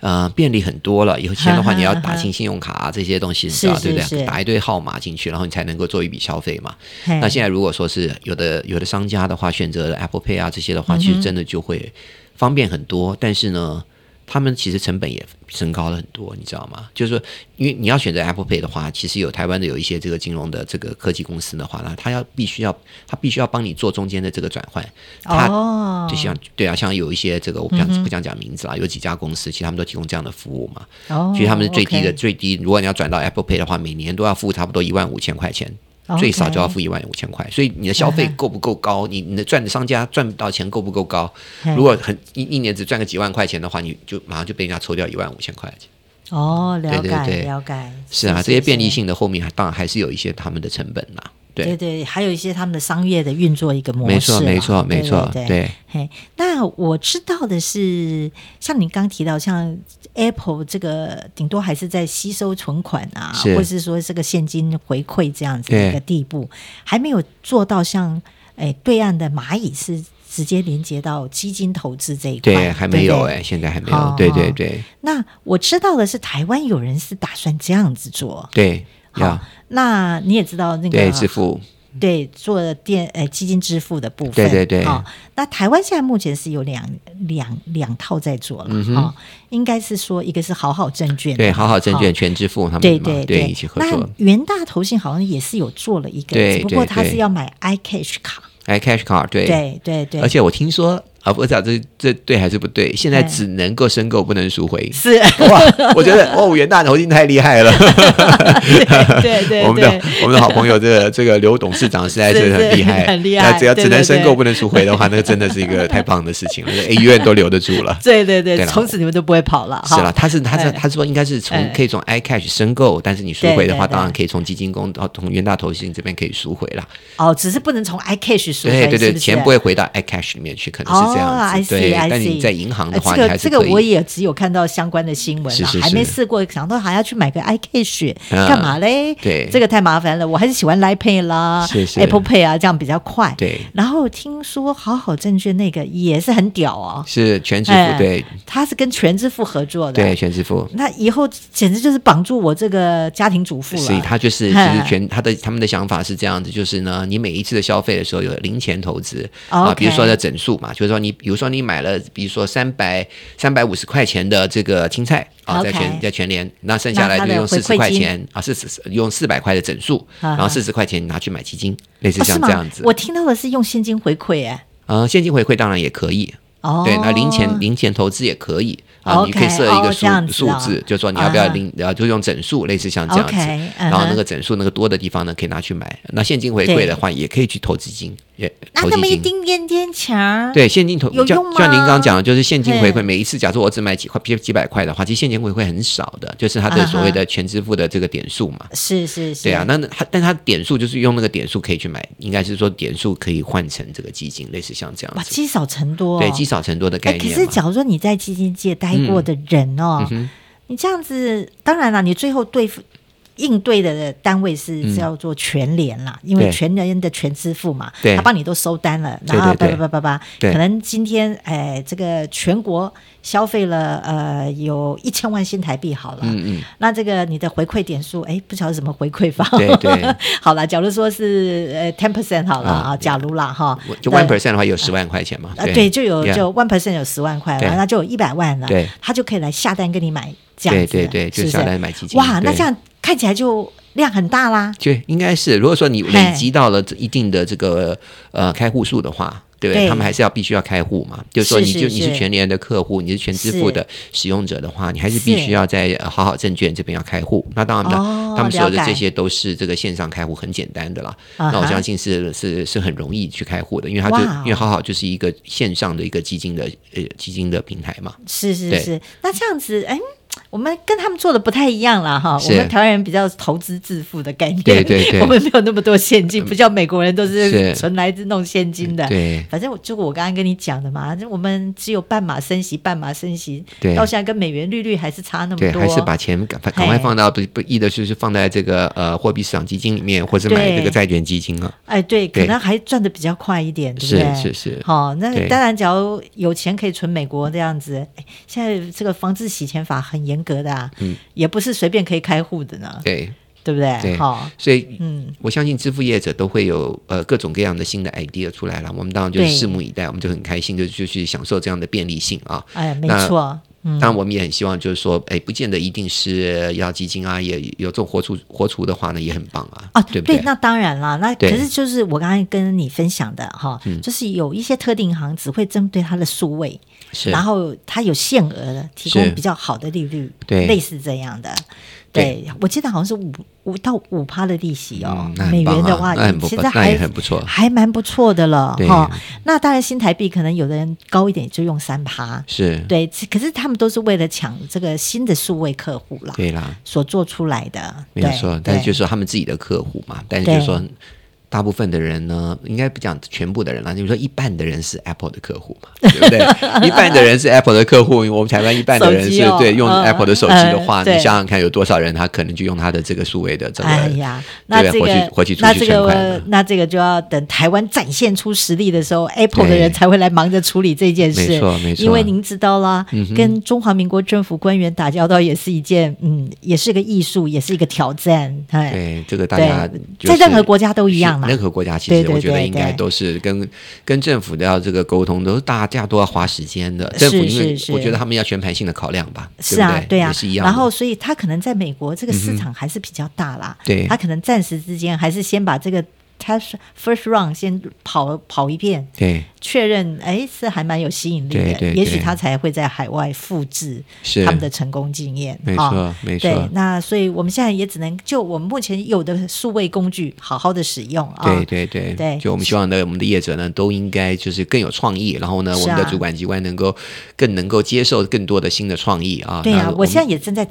S3: 呃，便利很多了。以后前的话，你要打
S1: 哈哈
S3: 进信用卡啊，这些东西，你
S1: 是
S3: 知道对不
S1: 是是
S3: 对？打一堆号码进去，然后你才能够做一笔消费嘛。
S1: 嘿
S3: 那现在如果说是有的有的商家的话，选择了 Apple Pay 啊这些的话，其实真的就会方便很多。但是呢，他们其实成本也升高了很多，你知道吗？就是说，因为你要选择 Apple Pay 的话，其实有台湾的有一些这个金融的这个科技公司的话，那他要必须要他必须要帮你做中间的这个转换，他
S1: 哦，
S3: 就像对啊，像有一些这个我不想、不想讲名字啦，有几家公司其实他们都提供这样的服务嘛。
S1: 哦
S3: 其实他们是最低的
S1: OK
S3: 最低。如果你要转到 Apple Pay 的话，每年都要付差不多一万五千块钱
S1: 哦 OK
S3: 最少就要付一万五千块。所以你的消费
S1: 嗯哼
S3: 够不够高？你你的赚的商家赚不到钱够不够高
S1: 嗯？
S3: 如果很一一年只赚个几万块钱的话，你就马上就被人家抽掉一万五千块钱。
S1: 哦，了
S3: 对对
S1: 解
S3: 对
S1: 了解，
S3: 是啊，这些便利
S1: 是
S3: 性的后面还当然还是有一些他们的成本啦。
S1: 对
S3: 对，
S1: 对，还有一些他们的商业的运作一个模
S3: 没
S1: 式啦，啊
S3: 错，没错，没错，
S1: 对
S3: 对。
S1: 嘿，那我知道的是，像您刚提到，像 Apple 这个顶多还是在吸收存款啊，
S3: 是
S1: 或是说这个现金回馈这样子的一个
S3: 对
S1: 地步，还没有做到像哎对岸的蚂蚁是直接连接到基金投资这一块，
S3: 对，还没
S1: 不
S3: 有
S1: 对
S3: 哎、现在还没
S1: 哦
S3: 有。对对
S1: 哦
S3: 对
S1: 那我知道的是，台湾有人是打算这样子做。
S3: 对，
S1: 好
S3: 要，
S1: 那你也知道那个
S3: 对支付，
S1: 对，做电呃基金支付的部分，
S3: 对对对
S1: 哦，那台湾现在目前是有两两两套在做了，哦，应该是说一个是好好证券，
S3: 嗯对，好好证
S1: 哦
S3: 券全支付他们
S1: 对
S3: 嘛，
S1: 对
S3: 对一起合作。
S1: 那元大投信好像也是有做了一个，
S3: 对
S1: 只不过
S3: 对
S1: 它是
S3: 对
S1: 要买 iCash 卡，
S3: 哎，Cash Card，对
S1: 对对对，
S3: 而且我听说啊，我讲这这对还是不对？现在
S1: 对。
S3: 只能够申购，不能赎回
S1: [laughs] 是，
S3: 哇，我觉得哦，元大投信太厉害了。 [laughs]
S1: 对对
S3: 我们
S1: 对
S3: 的。我们的好朋友，这个这个刘董事长实在
S1: 是
S3: 是很厉害，
S1: 是很厉害
S3: 那只要
S1: 对
S3: 只能
S1: 对
S3: 申
S1: 对
S3: 购不能赎回
S1: [laughs]
S3: 的话，那个真的是一个太棒的事情了。那个 A 院都留得住了。
S1: 对对对，
S3: 对啦
S1: 从此你们都不会跑了哈。
S3: 是啦，他是他
S1: 哎
S3: 是他是说应该是
S1: 哎
S3: 从可以从 iCash 申购，但是你赎
S1: 对
S3: 回的话，
S1: 对对
S3: 当然可以从基金公哦从元大投信这边可以赎回啦。
S1: 哦，只是不能从 iCash 赎回，
S3: 对对
S1: 是
S3: 对，
S1: 不是
S3: 钱不会回到 iCash 里面去，可能是这
S1: 哦
S3: 样
S1: ，I
S3: 子。
S1: see，
S3: 对，
S1: I
S3: 但你
S1: see
S3: 在银行
S1: 呃
S3: 的话，
S1: 这个
S3: 你还是
S1: 这
S3: 可
S1: 个
S3: 以。
S1: 我也只有看到相关的新闻
S3: 是
S1: 啦，
S3: 是
S1: 还没
S3: 是
S1: 试过，想到还要去买个 iCash，
S3: 嗯
S1: 干嘛嘞？
S3: 对
S1: 这个太麻烦了，我还是喜欢 Line Pay 啦
S3: 是是
S1: ，Apple Pay 啊，这样比较快。
S3: 对，
S1: 然后听说好好证券那个也是很屌哦，
S3: 是全支
S1: 哎
S3: 付，对
S1: 它是跟全支付合作的，
S3: 对，，全支付。
S1: 那以后简直就是绑住我这个家庭主妇了。
S3: 所以他就是就
S1: 哎
S3: 是全他的他们的想法是这样子，就是呢，你每一次的消费的时候有零钱投资
S1: OK
S3: 啊，比如说的整数嘛，就是说你比如说你买了，比如说三百三百五十块钱的这个青菜啊，在
S1: OK
S3: 全在全联，那剩下来
S1: 那它
S3: 就
S1: 的
S3: 用
S1: 回
S3: 四
S1: 馈
S3: 十块
S1: 金
S3: 钱啊，四十用四百块的整数，
S1: 啊
S3: 然后
S1: 哈
S3: 四十块钱拿去买基金，类似
S1: 哦
S3: 像
S1: 是
S3: 这
S1: 吗
S3: 样子。
S1: 我听到的是用现金回馈，哎，
S3: 呃，现金回馈当然也可以，
S1: 哦，
S3: 对，那零钱零钱投资也可以啊，你可以
S1: OK，
S3: 设一
S1: 哦
S3: 个
S1: 这样子
S3: 数数
S1: 哦
S3: 字，就说你要不要
S1: 啊哈
S3: 零，呃，就用整数，类似像这样子
S1: OK，。
S3: 然后
S1: 嗯
S3: 那
S1: 哼
S3: 个整数那个多的地方呢，可以拿去买。那现金回馈
S1: 对
S3: 的话，也可以去投基金，也
S1: 那
S3: 投
S1: 那么
S3: 基
S1: 一
S3: 金。
S1: 丁点点钱儿，
S3: 对，现金投
S1: 有
S3: 就像
S1: 用吗
S3: 您刚刚讲的，就是现金回馈，
S1: 对
S3: 每一次假如我只买几块几几百块的话，其实现金回馈很少的，就是它的
S1: 啊哈
S3: 所谓的全支付的这个点数嘛。
S1: 是是是，
S3: 对啊，，那那它但它点数就是用那个点数可以去买，应该是说点数可以换成这个基金，类似像这样
S1: 哇，
S3: 子。
S1: 积少成多、哦，
S3: 对，积少成多的概
S1: 哎，可
S3: 念
S1: 是
S3: 嘛。嗯
S1: 假如说你在基金界待过的人哦，你这样子，当然了，你最后对付。应对的单位是叫做全联啦，因为
S3: 嗯对
S1: 全联的全支付嘛，
S3: 对
S1: 他帮你都收单了，
S3: 对
S1: 然后叭
S3: 对
S1: 叭叭叭叭，
S3: 对
S1: 可能今天哎、这个全国消费了呃有一千万新台币好了，
S3: 嗯嗯，
S1: 那这个你的回馈点数哎不晓得什么回馈法，
S3: 对对
S1: [laughs] 好了，假如说是呃 ten percent 好了
S3: 啊
S1: 啊，假如啦哈
S3: 我，就
S1: 对
S3: one percent 的话有十万块钱嘛？
S1: 啊，对，就有
S3: Yeah，
S1: 就 one percent 有十万块
S3: 对
S1: 了，那就有一百万了，
S3: 对，
S1: 他就可以来下单跟你买这样
S3: 对
S1: 子，
S3: 对对，就是下
S1: 不
S3: 单
S1: 是？
S3: 买基金。
S1: 哇，那
S3: 对
S1: 这样看起来就量很大啦。
S3: 就应该是，如果说你
S1: 嘿
S3: 累积到了这一定的这个呃开户数的话，对不对？
S1: 对
S3: 他们还是要必须要开户嘛，就是说
S1: 是
S3: 你
S1: 是
S3: 就你
S1: 是
S3: 是全联的客户，你是全支付的使用者的话，你还是必
S1: 是
S3: 须要在呃好好证券这边要开户。那当然了，
S1: 哦
S3: 他们所有的
S1: 了解
S3: 这些都是这个线上开户很简单的啦。
S1: 啊哈
S3: 那我相信是是是很容易去开户的，因为它就
S1: 哇哦
S3: 因为好好就是一个线上的一个基金的呃基金的平台嘛。
S1: 是是
S3: 对
S1: 是，那这样子，哎，我们跟他们做的不太一样了哈。我
S3: 是
S1: 们台湾人比较投资致富的概念，
S3: 对对
S1: [laughs]
S3: 对嗯
S1: 我们没有那么多现金，不像美国人都是
S3: 是
S1: 存来自弄现金的。
S3: 对
S1: 反正我就我刚刚跟你讲的嘛，就我们只有半码升息，半码升息，
S3: 对
S1: 到现在跟美元利率还是差那么多，
S3: 对，还是把钱赶赶快
S1: 嘿
S3: 放到不不意的就是放在这个呃货币市场基金里面，或者买
S1: 对
S3: 这个债券基金啊。
S1: 哎，对，可
S3: 对
S1: 能还赚的比较快一点，对不
S3: 是
S1: 对？
S3: 是是
S1: 好、那
S3: 对
S1: 当然，假如有钱可以存美国这样子，哎现在这个防治洗钱法很严格的啊，
S3: 嗯
S1: 也不是随便可以开户的呢，
S3: 对，
S1: 对不对？
S3: 对
S1: 好、
S3: 所以
S1: 嗯，
S3: 我相信支付业者都会有呃各种各样的新的 idea 出来了，我们当然就是
S1: 对
S3: 拭目以待，我们就很开心，就就去享受这样的便利性啊。
S1: 哎，没
S3: 那
S1: 错，嗯，
S3: 当然，我们也很希望，就是说，哎，不见得一定是要基金啊，也有这种活储活储的话呢，也很棒啊，
S1: 啊，
S3: 对不对？
S1: 那当然啦。那可
S3: 对嗯
S1: 是就是我刚才跟你分享的哈，就是有一些特定银行只会针对它的数位，
S3: 是
S1: 然后它有限额的，提供
S3: 是
S1: 比较好的利率，
S3: 对
S1: 类似这样的。对，我记得好像是五五到五趴的利息哦，
S3: 嗯那
S1: 美
S3: 很棒啊
S1: 元的话
S3: 那很，不
S1: 其实
S3: 那
S1: 还
S3: 也很不错，
S1: 还蛮不错的了
S3: 对
S1: 哈、那当然，新台币可能有的人高一点就用三趴，
S3: 是，
S1: 对，可是他们都是为了抢这个新的数位客户啦，
S3: 对啦，
S1: 所做出来的。
S3: 没有
S1: 对
S3: 错，但是
S1: 对
S3: 就是说他们自己的客户嘛，但是就是
S1: 对
S3: 说。大部分的人呢，应该不讲全部的人啦，就是说一半的人是 Apple 的客户嘛， [laughs] 对不对？一半的人是 Apple 的客户，我们台湾一半的人
S1: 手
S3: 是、
S1: 机哦
S3: 对用
S1: 嗯
S3: Apple 的手机的
S1: 嗯
S3: 话，
S1: 对
S3: 你想想看有多少人他可能就用他的这个数位的这个，
S1: 哎呀，那
S3: 对啊
S1: 这
S3: 回去
S1: 个
S3: 回去出
S1: 那
S3: 去
S1: 这
S3: 存款嗯了
S1: 个那这个就要等台湾展现出实力的时候，Apple 的人才会来忙着处理这件事。
S3: 没错没错嗯
S1: 因为您知道啦，跟中华民国政府官员打交道也是一件，嗯，也是个艺术，也是一个挑战。哎，
S3: 对这个大
S1: 对
S3: 家、就
S1: 在
S3: 是、
S1: 任何国家都一样啦
S3: 是任何国家其
S1: 对
S3: 实
S1: 对
S3: 我觉得
S1: 对
S3: 应该
S1: 对
S3: 都是跟跟政府的要这个沟通，都是大家都要花时间的。政府
S1: 是
S3: 因为
S1: 是是
S3: 我觉得他们要全盘性的考量吧，
S1: 是啊
S3: 对，不
S1: 对
S3: 对
S1: 啊
S3: 也是一，样的。嗯
S1: 然后所以他可能在美国这个市场还是比较大啦，
S3: 对
S1: 他可能暂时之间还是先把这个 test first round 先跑跑一遍，
S3: 对
S1: 确认，哎，是还蛮有吸引力的，
S3: 对对
S1: 也许
S3: 对
S1: 他才会在海外复制
S3: 是
S1: 他们的成功经验。
S3: 没
S1: 啊
S3: 错没错
S1: 对，那所以我们现在也只能就我们目前有的数位工具好好的使用啊。
S3: 对对对，
S1: 对
S3: 就我们希望呢，我们的业者呢都应该就是更有创意，然后呢，
S1: 是啊
S3: 我们的主管机关能够更能够接受更多的新的创意啊。
S1: 对
S3: 那
S1: 啊，
S3: 我
S1: 我
S3: 们
S1: 现在也正在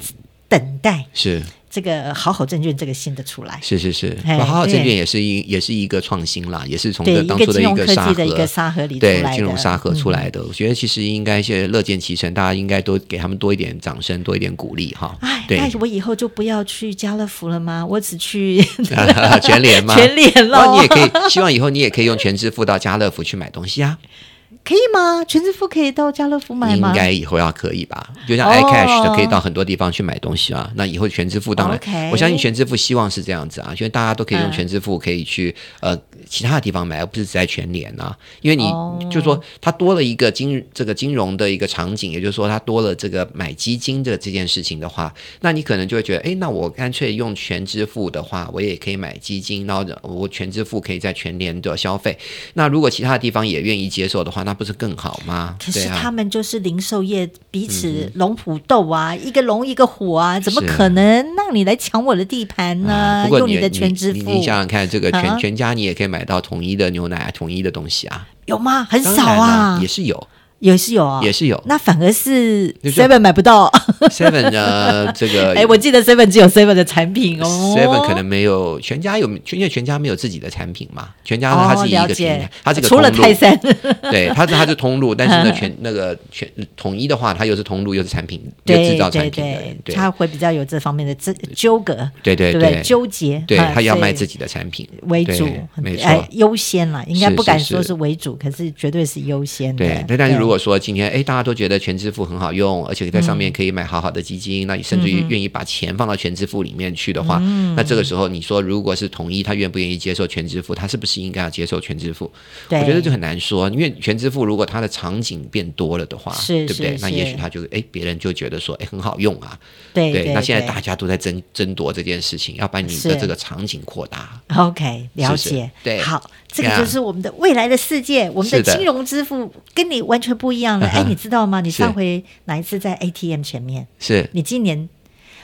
S1: 等待
S3: 是
S1: 这个好好证券这个新的出来。
S3: 是是是，
S1: 嘿
S3: 好好证券
S1: 对
S3: 也是一也是一个创新啦，也是从
S1: 哎对
S3: 这
S1: 一
S3: 当
S1: 个
S3: 初
S1: 金
S3: 一
S1: 融
S3: 个
S1: 科
S3: 沙
S1: 技的一
S3: 盒
S1: 个。沙盒里出来
S3: 对
S1: 的
S3: 金融沙盒出
S1: 嗯
S3: 来的，我觉得其实应该是乐见其成，大家应该多给他们多一点掌声，多一点鼓励哈。
S1: 哎，
S3: 对，
S1: 那我以后就不要去家乐福了吗？我只去
S3: [laughs] 全联嘛，
S1: [laughs]
S3: 哦
S1: 全联
S3: 然
S1: 喽
S3: 后你也。可以，希望以后你也可以用全支付到家乐福去买东西啊。
S1: 可以吗？全支付可以到家乐福买吗？
S3: 应该以后要可以吧？就像
S1: 哦哦
S3: iCash 的，可以到很多地方去买东西啊。那以后全支付当然
S1: OK
S3: 我相信全支付希望是这样子啊，因为大家都可以用
S1: 嗯
S3: 全支付，可以去、呃其他的地方买，而不是只在全联啊。因为你、
S1: 哦
S3: 就说它多了一个金这个金融的一个场景，也就是说它多了这个买基金的这件事情的话，那你可能就会觉得，哎，那我干脆用全支付的话，我也可以买基金，然后我全支付可以在全联的消费。那如果其他的地方也愿意接受的话，那不是更好吗？
S1: 可
S3: 对
S1: 是
S3: 啊嗯
S1: 他们就是零售业彼此龙虎斗啊，一个龙一个虎啊，怎么可能让你来抢我的地盘呢？
S3: 啊不过
S1: 用
S3: 你
S1: 的全支
S3: 你
S1: 付
S3: 你想想看，这个全、
S1: 啊
S3: 全家你也可以买到统一的牛奶、统一的东西啊，
S1: 有吗？很
S3: 当
S1: 少
S3: 然啦
S1: 啊
S3: 也，是有，
S1: 也是有啊，[laughs]
S3: 也是有。哎
S1: 那反而是
S3: 就是
S1: Seven 买不到。
S3: Seven 呢，这个
S1: 哎，我记得 Seven 只有 Seven 的产品哦
S3: Seven 可能没有全家有，因为全家没有自己的产品嘛，全家它
S1: 哦，
S3: 是一
S1: 了
S3: 个平台
S1: 解，，
S3: 它这个
S1: 除了
S3: 通路
S1: 泰
S3: [laughs]
S1: 山，
S3: 对，它是它是通路，但是呢，
S1: [laughs] 嗯
S3: 全那个全统一的话，它又是通路，又是产品，又
S1: 对
S3: 制造
S1: 对
S3: 产品的人
S1: 对，，
S3: 对
S1: 他会比较有这方面的这纠葛，
S3: 对对
S1: 对不
S3: 对
S1: 对？纠结，
S3: 对，
S1: 啊
S3: 他要卖
S1: 所以
S3: 自己的产品
S1: 为主
S3: 对，没错。
S1: 哎，优先啦，应该
S3: 是
S1: 不敢
S3: 是
S1: 说
S3: 是
S1: 是为主，可是绝嗯对是优先的。
S3: 对，那但是如果说今天哎，大家都觉得全支付很好用，而且在上面可以买好好的基金，那你甚至
S1: 嗯
S3: 于愿意把钱放到全支付里面去的话，那这个时候你说如果是统一，他愿不愿意接受全支付？他是不是应该要接受全支付？
S1: 对
S3: 我觉得就很难说，因为全支付如果它的场景变多了的话，
S1: 是
S3: 对不对
S1: 是？
S3: 那
S1: 是
S3: 也许他就哎，别人就觉得说哎很好用啊，
S1: 对
S3: 那现在
S1: 对
S3: 大家都在争争夺这件事情，要把你的
S1: 是
S3: 这个场景扩大。
S1: OK，了解，
S3: 是对
S1: 好，这个
S3: 呀
S1: 就是我们的未来的世界，我们的
S3: 是的
S1: 金融支付跟你完全不一样了。
S3: 嗯
S1: 哎，
S3: 哼
S1: 你知道吗？你
S3: 是
S1: 上回哪一次在 ATM 前面？
S3: 是
S1: 你今年，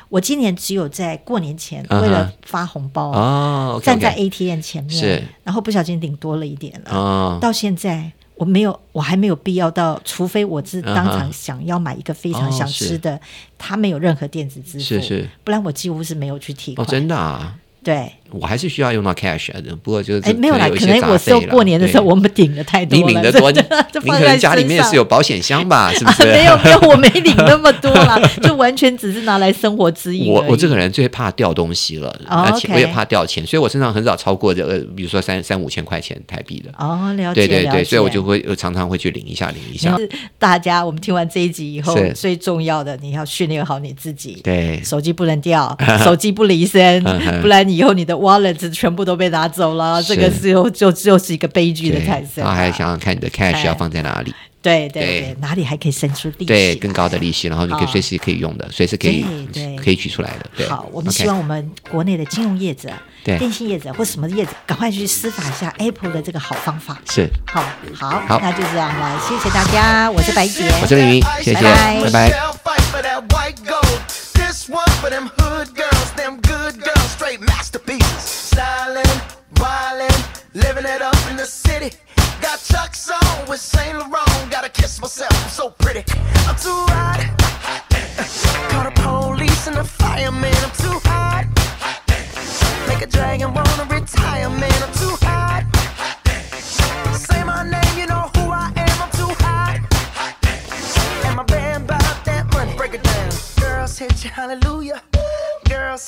S1: 我今年只有在过年前
S3: 嗯哼
S1: 为了发红包，
S3: 哦，OK，OK，
S1: 站在 ATM 前面，
S3: 是
S1: 然后不小心顶多了一点了。
S3: 哦，
S1: 到现在我没有，我还没有必要到，除非我是当
S3: 嗯
S1: 场
S3: 哼
S1: 想要买一个非常
S3: 哦
S1: 想
S3: 是
S1: 吃的，它没有任何电子支付，
S3: 是是，
S1: 不然我几乎是没有去提
S3: 哦，
S1: 款。
S3: 真的啊。
S1: 对，
S3: 我还是需要用到 cash，啊不过就是
S1: 哎，没有啦，
S3: 有一
S1: 可
S3: 些
S1: 能
S3: 杂
S1: 我
S3: 费
S1: 受
S3: 啦
S1: 过年的时候
S3: 对
S1: 我们领的太多
S3: 你
S1: 了，
S3: 领的多，您
S1: [laughs] 真
S3: [laughs]
S1: 的就
S3: 您
S1: 放
S3: 可
S1: 在
S3: 能家里
S1: 身
S3: 面
S1: 上
S3: 是有保险箱吧？是不
S1: 啊，
S3: 是？
S1: [laughs] 没有没有，
S3: [laughs]
S1: 我没领那么多啦，就完全只是拿来生活指引
S3: 我
S1: 而已。
S3: 我这个人最怕掉东西了，
S1: 哦
S3: 而且
S1: OK
S3: 我也怕掉钱，所以我身上很少超过这个，比如说三三五千块钱台币的。
S1: 哦，了解
S3: 对对
S1: 了
S3: 对，
S1: 解
S3: 所以我就会我呃常常会去领一下，领一下。
S1: 大家，我们听完这一集以后，
S3: 是
S1: 最重要的你要训练好你自己。
S3: 对，
S1: 手机不能
S3: [laughs]
S1: 掉，手机不离身
S3: 嗯，哼
S1: 不然以后你的 wallet 全部都被拿走了，这
S3: 是
S1: 个时候就就是一个悲剧的
S3: 对，
S1: 产生
S3: 然后
S1: 啊。
S3: 还想想看你的 cash
S1: 哎
S3: 要放在哪里，
S1: 对对
S3: 对
S1: 对，哪里还可以生出利息？
S3: 对，更高的利息，然后你可以
S1: 哦
S3: 随时可以用的，随时可以
S1: 对对
S3: 可以取出来的。对，
S1: 好，我们
S3: OK
S1: 希望我们国内的金融业者、
S3: 对
S1: 电信业者或什么业者，赶快去司法一下 Apple 的这个好方法。
S3: 是，
S1: 好，好，
S3: 好
S1: 那就这样了，谢谢大家，我是白洁，
S3: 我是凌云，谢谢，
S1: 拜拜
S3: 拜拜。
S4: Fight for that white gold. This one for them hood girls, them good girls, straight masterpieces. Stylin', wildin', living it up in the city. Got Chuck's on with Saint Laurent. Gotta kiss myself, I'm so pretty. I'm too hot. Call the police and the fireman. I'm too hot. Make a dragon wanna retire, man. I'm too hot. Say my name, you know who I am. I'm too hot. And my band bought that money. Break it down. Girls hit you, hallelujah. Girls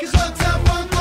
S4: Cause Uptown Funk